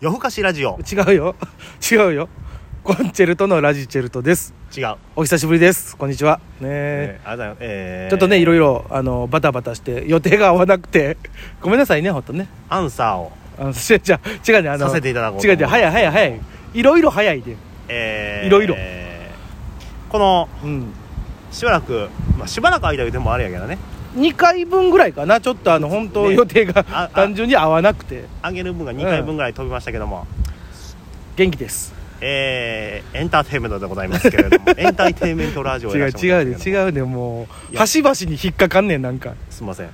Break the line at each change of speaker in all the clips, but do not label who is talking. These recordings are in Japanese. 夜更かしラジオ
違うよ 違うよコンチェルトのラジチェルトです
違う、
お久しぶりですこんにちはね
えーあざよえー
ちょっとねいろいろあのバタバタして予定が合わなくて ごめんなさいねほんとね
アンサーを
あの しじゃあ違うねあの
させていただこうと
違う違う早い早い早いいろいろ早いで
えー
いろいろ
この
うん
しばらく、まあ、しばらく間言うてもあれやけどね
2回分ぐらいかなちょっとあの本当
ね
予定が
ああ
単純に合わなくて
あげる分が2回分ぐらい飛びましたけども、
元気です
えーエンターテインメントでございますけれど もエンターテインメントラジオ
違う違うね
う
違うねもう
いや
端々に引っかかんねんなんか
すいません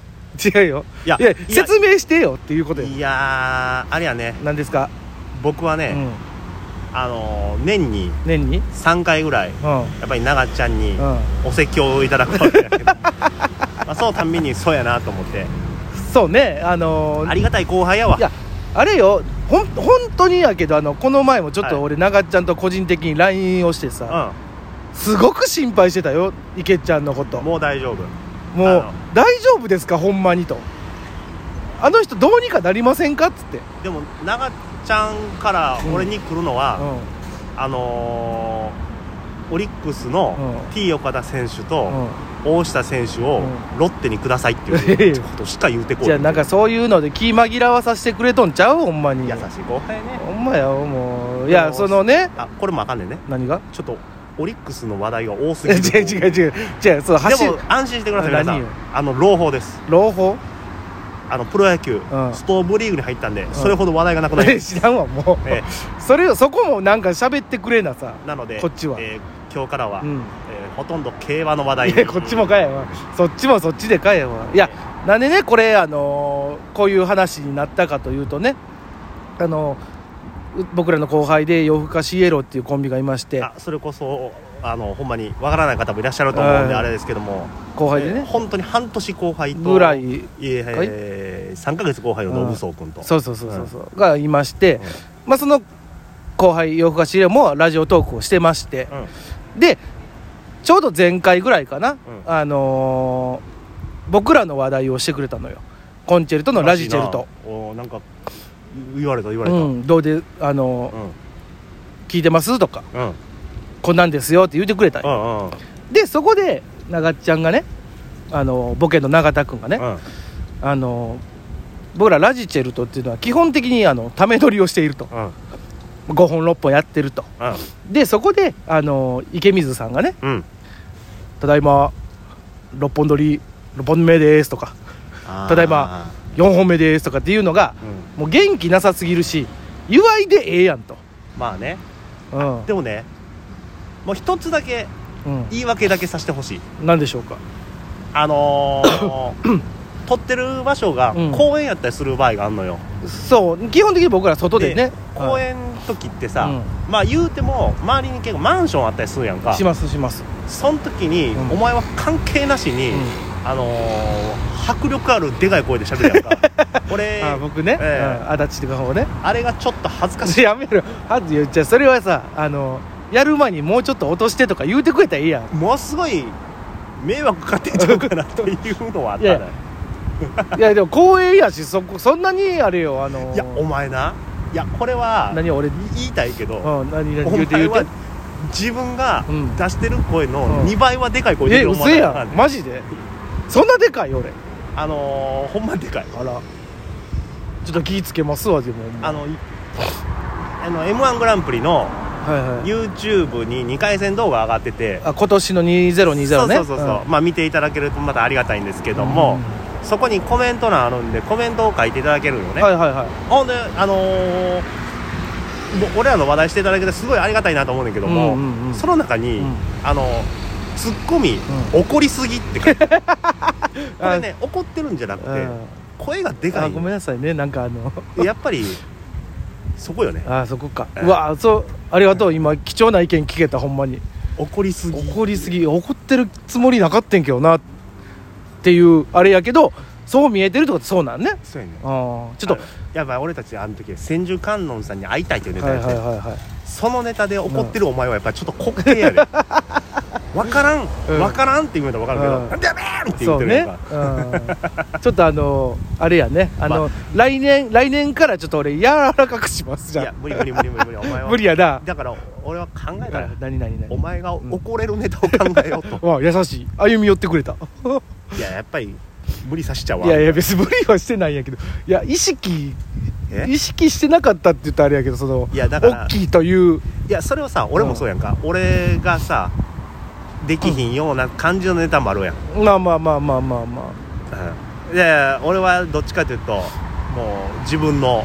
違うよ
いや
い
い
や
や
説明してよっていうことよ
いやーあれやね
何ですか、
僕はね、
うん、
あのー年に
年に
3回ぐらい
うんうん
やっぱり長ちゃんに
うん
お説教をいただくわけやけど まあそのたんびにそうやなと思って
そうねあのー
ありがたい後輩やわ
いやあれよほん本当にやけどあのこの前もちょっ
は
と
い
俺長っちゃんと個人的に LINE をしてさ、
う
すごく心配してたよ池ちゃんのこと
ん
も
もう大丈夫
う
あの
大丈夫ですかほんまにとあの人どうにかなりませんかっつって、
でも長ちゃんから俺に来るのは、
う
あのーオリックスの
うん
T 岡田選手
んう
と
ん、
大下選手を
う
ロッテにくださいって
いやい
いう
や
ことしか言うてこ
じゃあなんかそういうので気紛らわさせてくれとんちゃうほんまに
優しい後輩ね
ほんまやもうい
で
や
も
そのね
あこれもあかんねんね
何が
ちょっとオリックスの話題が多す
違う
ぎて
違う違う違うそう走
で
る
も安心してください皆さ
何
ん
よ
あの朗報です
朗報
あのプロ野球、
ん
ストーブリーグに入ったんで、それほど話題がなく なります、
知らんわもう、
え
それよそこもなんか喋ってくれなさ
えなので
こっちは
えー今日からは、
うん
えーほとんど競馬の話題
いやこっちもかやわそっちもそっちでかやわいやなんでねこれあのーこういう話になったかというとねあのーう僕らの後輩で夜更かしイエローっていうコンビがいまして
あそれこそあのほんまにわからない方もいらっしゃると思うんで
はい
あれですけども、
後輩で
えー
ね
本当に半年後輩と
ぐらい
ええ3か月後輩の信荘君と、
そうそうそうそうそう、がいまして、まあその後輩夜更かしイエローもラジオトークをしてまして、
うん
でちょうど前回ぐらいかな、
うん
あのー僕らの話題をしてくれたのよコンチェルトのラジチェルト、
おーなんか言われた言われ
う
た、うん
ん、どうで、あのー
うん
聞いてますとか
うん
こんなんですよって言ってくれたん
う
よ
んうん
でそこで長っちゃんがね、あのーボケの永田君がね、あのー僕らラジチェルトっていうのは基本的にあのため撮りをしていると
うん
5本6本やってるとでそこで、あのー池水さんがね
うんうん
「ただいま6本撮り6本目です」とかただいま
あ
4本目ですとかっていうのが
ー、うん
もう元気なさすぎるし祝いでええやんと、
まあね
うん
でもねもう一つだけ
う
言い訳だけさせてほしい
ん、なんでしょうか
あの ー、撮ってる場所が
うん
公園やったりする場合があんのよ、
そう基本的に僕ら外でね
公園時ってさ、
う
まあ言うても周りに結構マンションあったりするやん
うん
か
しますします、
その時に、
うん
お前は関係なしに、
うん
あのー、迫力あるでかい声で喋るや んか俺
あ
あ
僕ね、
ええ
うん足立とかもね
れがちょっと恥ずかし い
やめろはずよじゃあそれはさあのやる前にもうちょっと落としてとか言うてくれたらいいやん
ものすごい迷惑かけてんちゃうかなっていうのはあったね
いやいや いやでも光栄やしそこそんなにあれよあの
いやお前ないやこれは
何俺、うん、
言いたいけど、
何何
お
言うて
前
言う
は
て
自分が
うん
出してる声
う
の
ん
2倍はでかい声で
え
出る
う
お
せ
前
やんマジでそんなでかい俺
あのー、ほんまでかい
あらちょっと気ぃつけますわでも
あのいあの m 1グランプリの
はいはい
YouTube に2回戦動画上がってて
あ今年の2020ね
そうそうそうそう、まあ見ていただけるとまたありがたいんですけども、そこにコメント欄あるんでコメントを書いていただけるよ
うん
ね、
はいはいはい
ほんであのーもう俺らの話題していただけてすごいありがたいなと思うねんだけども、
うんうんうん
その中に、
うん
あのツッコミ、怒りすぎって書いてあ るこれね怒ってるんじゃなくて、
う
声がで
ん
か
あ
い
ごめんなさいねなんかあの
やっぱりそこよね
あそこか
うん
うわそうありがとう今貴重な意見聞けたほんまに
怒りすぎ
怒りすぎ怒ってるつもりなかったんけどなっていうあれやけどそう見えてるってことそうなんね
そうやね
あーち
ち
ょっと
やばい俺たちあの時千手観音さんに会いたいというネタ
はい
やって、
はいはいはい
そのネタで怒ってるお前はやっぱりちょっと滑稽やね、分からん
うん
分からんって言うんだったら分かるけど「ダメーン!」って言
そ
って
う
るやん
ね
か、、
うん、ちょっとあのあれやねあの、
ま
来年来年からちょっと俺柔らかくします
い
じ
や
ゃ
無理無理無理無理無理お前
あ
は
無理やな
だから俺は考えたら
何何
お
何
前が怒れるネタを考えよう と、
わあ優しい歩み寄ってく れた
いややっぱり無理さしちゃうわ
いやいや別に無理はしてないんやけどいや意識
え
意識してなかったって言ったらあれやけどその
いやだから
大きいという
いやそれをさ俺もそうやんか、俺がさできひんような感じのネタもあるやん、
まあまあまあまあまあま
うん、で俺はどっちかというともう自分の
あ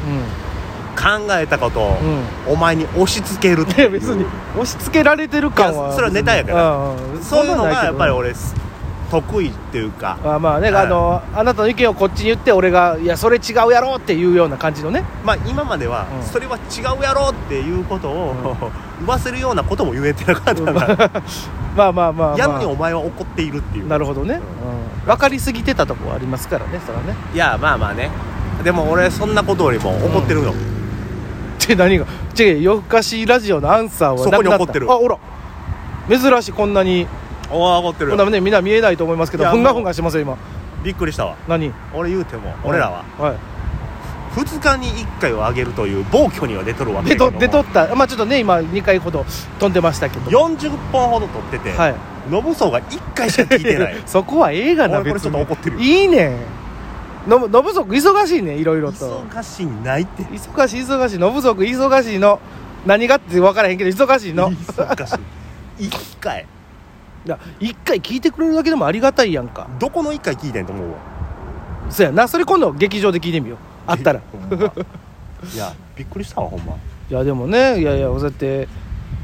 考えたことを
うん うん
お前に押し付けるっ
い
てい
や
う
別に押し付けられてる感
い
は
やそれはネタやから
ら
そういうのがやっぱり俺得意っていうか
あまあね、
はい
あのあなたの意見をこっちに言って俺が「いやそれ違うやろ」っていうような感じのね
まあ今までは
うん
それは違うやろっていうことを 言わせるようなことも言えてなかったから
まあまあまあ、まあ、
やのにお前は怒っているっていう
なるほどね、うん分かりすぎてたとこありますからねそれはね
いやまあまあねでも俺そんなことよりも怒ってるの、
ちょ何がちょ夜更かしラジオのアンサーはなくな
そ
った
こに怒ってる
あほら珍しいこんなに
おお怒ってる
こんなねみんな見えないと思いますけど
いや
ふんがふんがしてますよ今
びっくりしたわ
何
俺言うても俺らは
はい
2日に1回を上げるという暴挙には出とるわけ
出
やけど
と
も
出とったまあちょっとね今2回ほど飛んでましたけど
40本ほど撮ってて、
はい
ノブソウが1回しか聞いてない
そこは映画な
俺これ
別
ちょっ
に
と怒ってるよ
いいねんののぶそく忙しいねいろいろと
忙しいないって
忙しい忙しいのぶそく忙しいの何がって分からへんけど忙しい の
忙しい1回
いや一回聞いてくれるだけでもありがたいやんか
どこの1回聞いてんと思うわ
そうやなそれ今度劇場で聞いてみようあったら
ほんまいやびっくりしたわほんま
いやでもねいやいやそうやって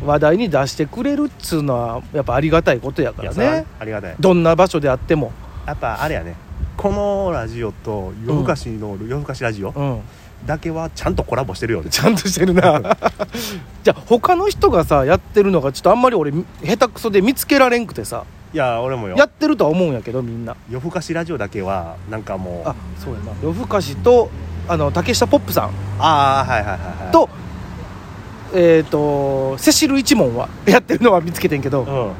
話題に出してくれるっつうのはやっぱありがたいことやか
い
ら
やそれは
ね
ありがたい
どんな場所であっても
やっぱあれやねこのラジオと夜更かしの夜更かしラジオ
うん
だけはちゃんとコラボしてるよね
ちゃんとしてるな じゃあ他の人がさやってるのがちょっとあんまり俺下手くそで見つけられんくてさ
いや俺もよ
やってるとは思うんやけどみんな
夜更かしラジオだけはなんかもう
あそうやな夜更かしとあの竹下ポップさん
ああはいはいはいはい
と、えっ、とセシル一門はやってるのは見つけてんけど、
うん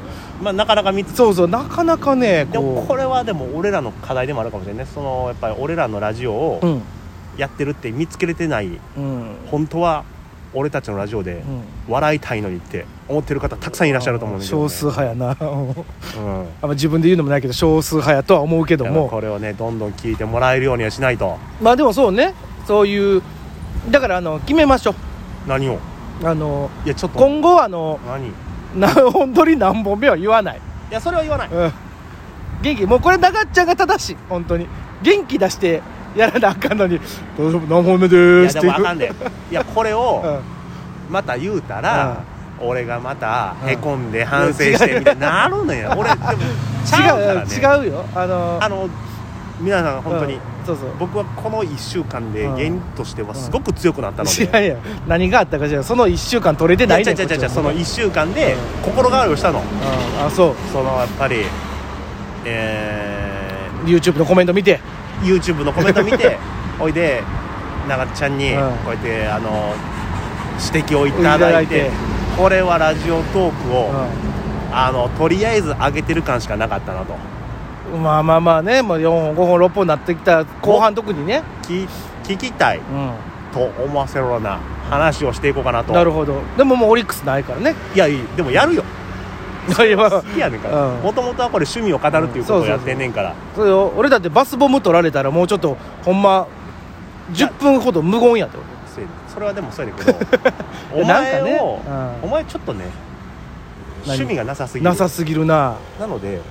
まあなかなか見つ
そうそうなかなかね
でも
こう
これはでも俺らの課題でもあるかもしれないねそのやっぱり俺らのラジオを
うん
やってるって見つけれてない
うん、うん、
本当は俺たちのラジオで笑いたいのにって思ってる方たくさんいらっしゃると思うんだけど、ね、
少数派やな
うん
あんま自分で言うのもないけど少数派やとは思うけど
だからこ
も
れをねどんどん聞いてもらえるようにはしないと
まあでもそうねそういうだからあの決めましょ
何を
うあの
いやちょっと
今後はあの
何い
何 本撮り何本目は言わない、
やそれは言わない
うん、元気もうこれ長っちゃんが正しい本当に元気出してやらなあかんのに「どうぞ何本目で
い
ー
や
す」
で
って
も
言
あ
う
かんでいやこれ を
うん
また言うたら、俺がまたへこんで反省してみたいになるのよ俺でもちゃうからね
違う違うよあの
あの皆さん本当に、
うんそうそう
僕はこの1週間で
うん
芸人としてはすごく強くなったので、
違うよ何があったかじゃその1週間取れて
いや
な
違
いね
うん違う違う違うそ
こ
の
っちは
1週間で心変わりをしたの
うんあそう
そのやっぱりえ
YouTube のコメント見て
ー、YouTube のコメント見 ておいで長津ちゃんに
うん
こうやってあの指摘をいただいて
いただいて
これはラジオトークを、
う
あのとりあえず上げてる感しかなかったなと
んまあまあまあねもう4本5本6本なってきた後半特にね
聞聞きたい
うん
と思わせるような話をしていこうかなと
なるほどでももうオリックスないからね
いやいいでもやるよ
いやまあ
好きやねんから
うん
もともとはこれ趣味を語るっていうことをやってんねんから
それを俺だってバスボム取られたらもうちょっとほんま10分ほど無言やって俺
そうやねんそれはでもそうやねんけど お
いやなんかね
前を
うん
お前ちょっとね
何
趣味がなさすぎる
なさすぎるな、
なので
う
ちょ
ん、
っ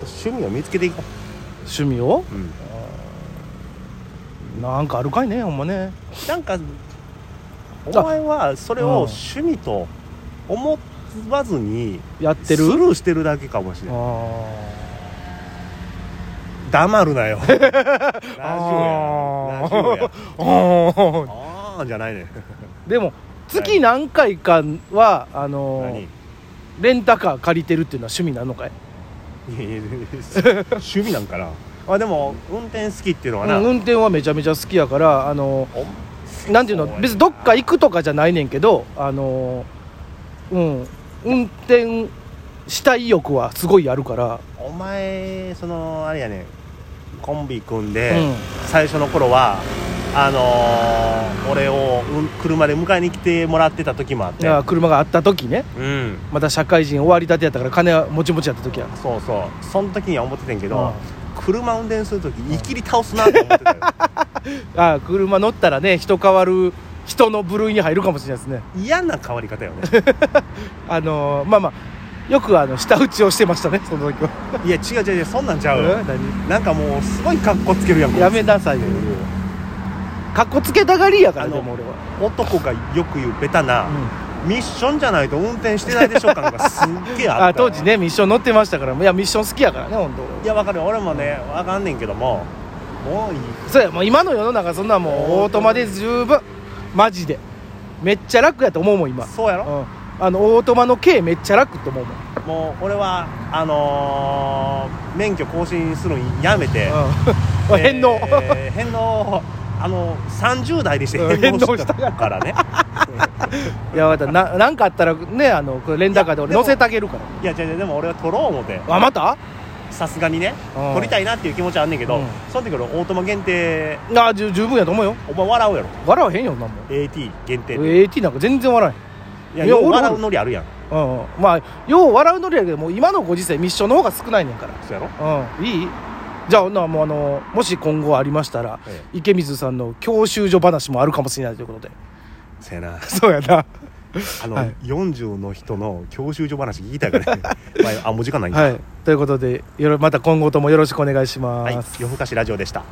と趣味を見つけていこ
趣味を
う、うん、
なんかあるかいねほんまね
なんかお前はそれを趣味と思わずに
やっ
ス
て
ル
る
ーしてるだけかもしれない
あ
黙るな よラジオやラジオや
あー
ああじゃないねん
でも月何回かはあの
何
レンタカー借りてるっていうのは趣味なのかい、
いやいや趣味なんかなあでも運転好きっていうのはな、
うん運転はめちゃめちゃ好きやからあの
お
なんていう
そうや
の
な
別にどっか行くとかじゃないねんけどあのうん運転したい欲はすごいあるから
お前そのあれやねコンビ組んで、
うん
最初の頃はあのー俺をうん車で迎えに来てもらってた時もあっ
い
て
や車があった時ね
うん
まだ社会人終わりたてやったから金はもちもちやった時や
そうそうその時には思っててんけど、
うん
車運転する時いきり倒すなと思ってたよ
ああ車乗ったらね人変わる人の部類に入るかもしれないですね
嫌な変わり方よね
あのーまあまあよくあの舌打ちをしてましたねその時は、
いや違う違う違うそんなんちゃう
え
よ
何
なんかもうすごい格好つけるやん
やめなさいよかっこつけたがりやから
あの
でも俺は、
男がよく言うベタな、
うん
ミッションじゃないと運転してないでしょ感がすっげえあった
あ当時ねミッション乗ってましたからいやミッション好きやからね本
いやわかる俺もねわかんねんけどももういい
当そうやもう今の世の中そんなんもうオートマで十分マジでめっちゃ楽やと思うもん今、
そうや
う
ろ
ん、あのオートマの軽めっちゃ楽と思うもん、
もう俺はあのー免許更新するのやめて、
う
え
ん
ー
返納、
返納あの30代でして返納したからね
いやわかったななんかあったらねあのこれレンタカーで俺
いや
乗
でも
せてあげるから
いや違う違うでも俺は取ろう思って
あまた
さすがにね
うん
取りたいなっていう気持ちはあんねんけど、
うん
その時俺オートマ限定
あじゅ十分やと思うよ
お前笑うやろ
笑わへんよそんなんもん
AT 限定で
AT なんか全然笑
いや
いや
よう
俺
笑うノリあるやん
えへん、うんうん、まあよう笑うのりやけどもう今のご時世ミッションの方が少ないねんから
そうやろ
うん、いいじゃあなもうあのもし今後ありましたら、
え
池水さんの教習所話もあるかもしれないという ことで
せやな
そうやな
あの、
はい
40の人の教習所話聞きたい からね、まあ、あもう時間ないんだ、
はいということでよろまた今後ともよろしくお願いします、
はい、夜更かしラジオでした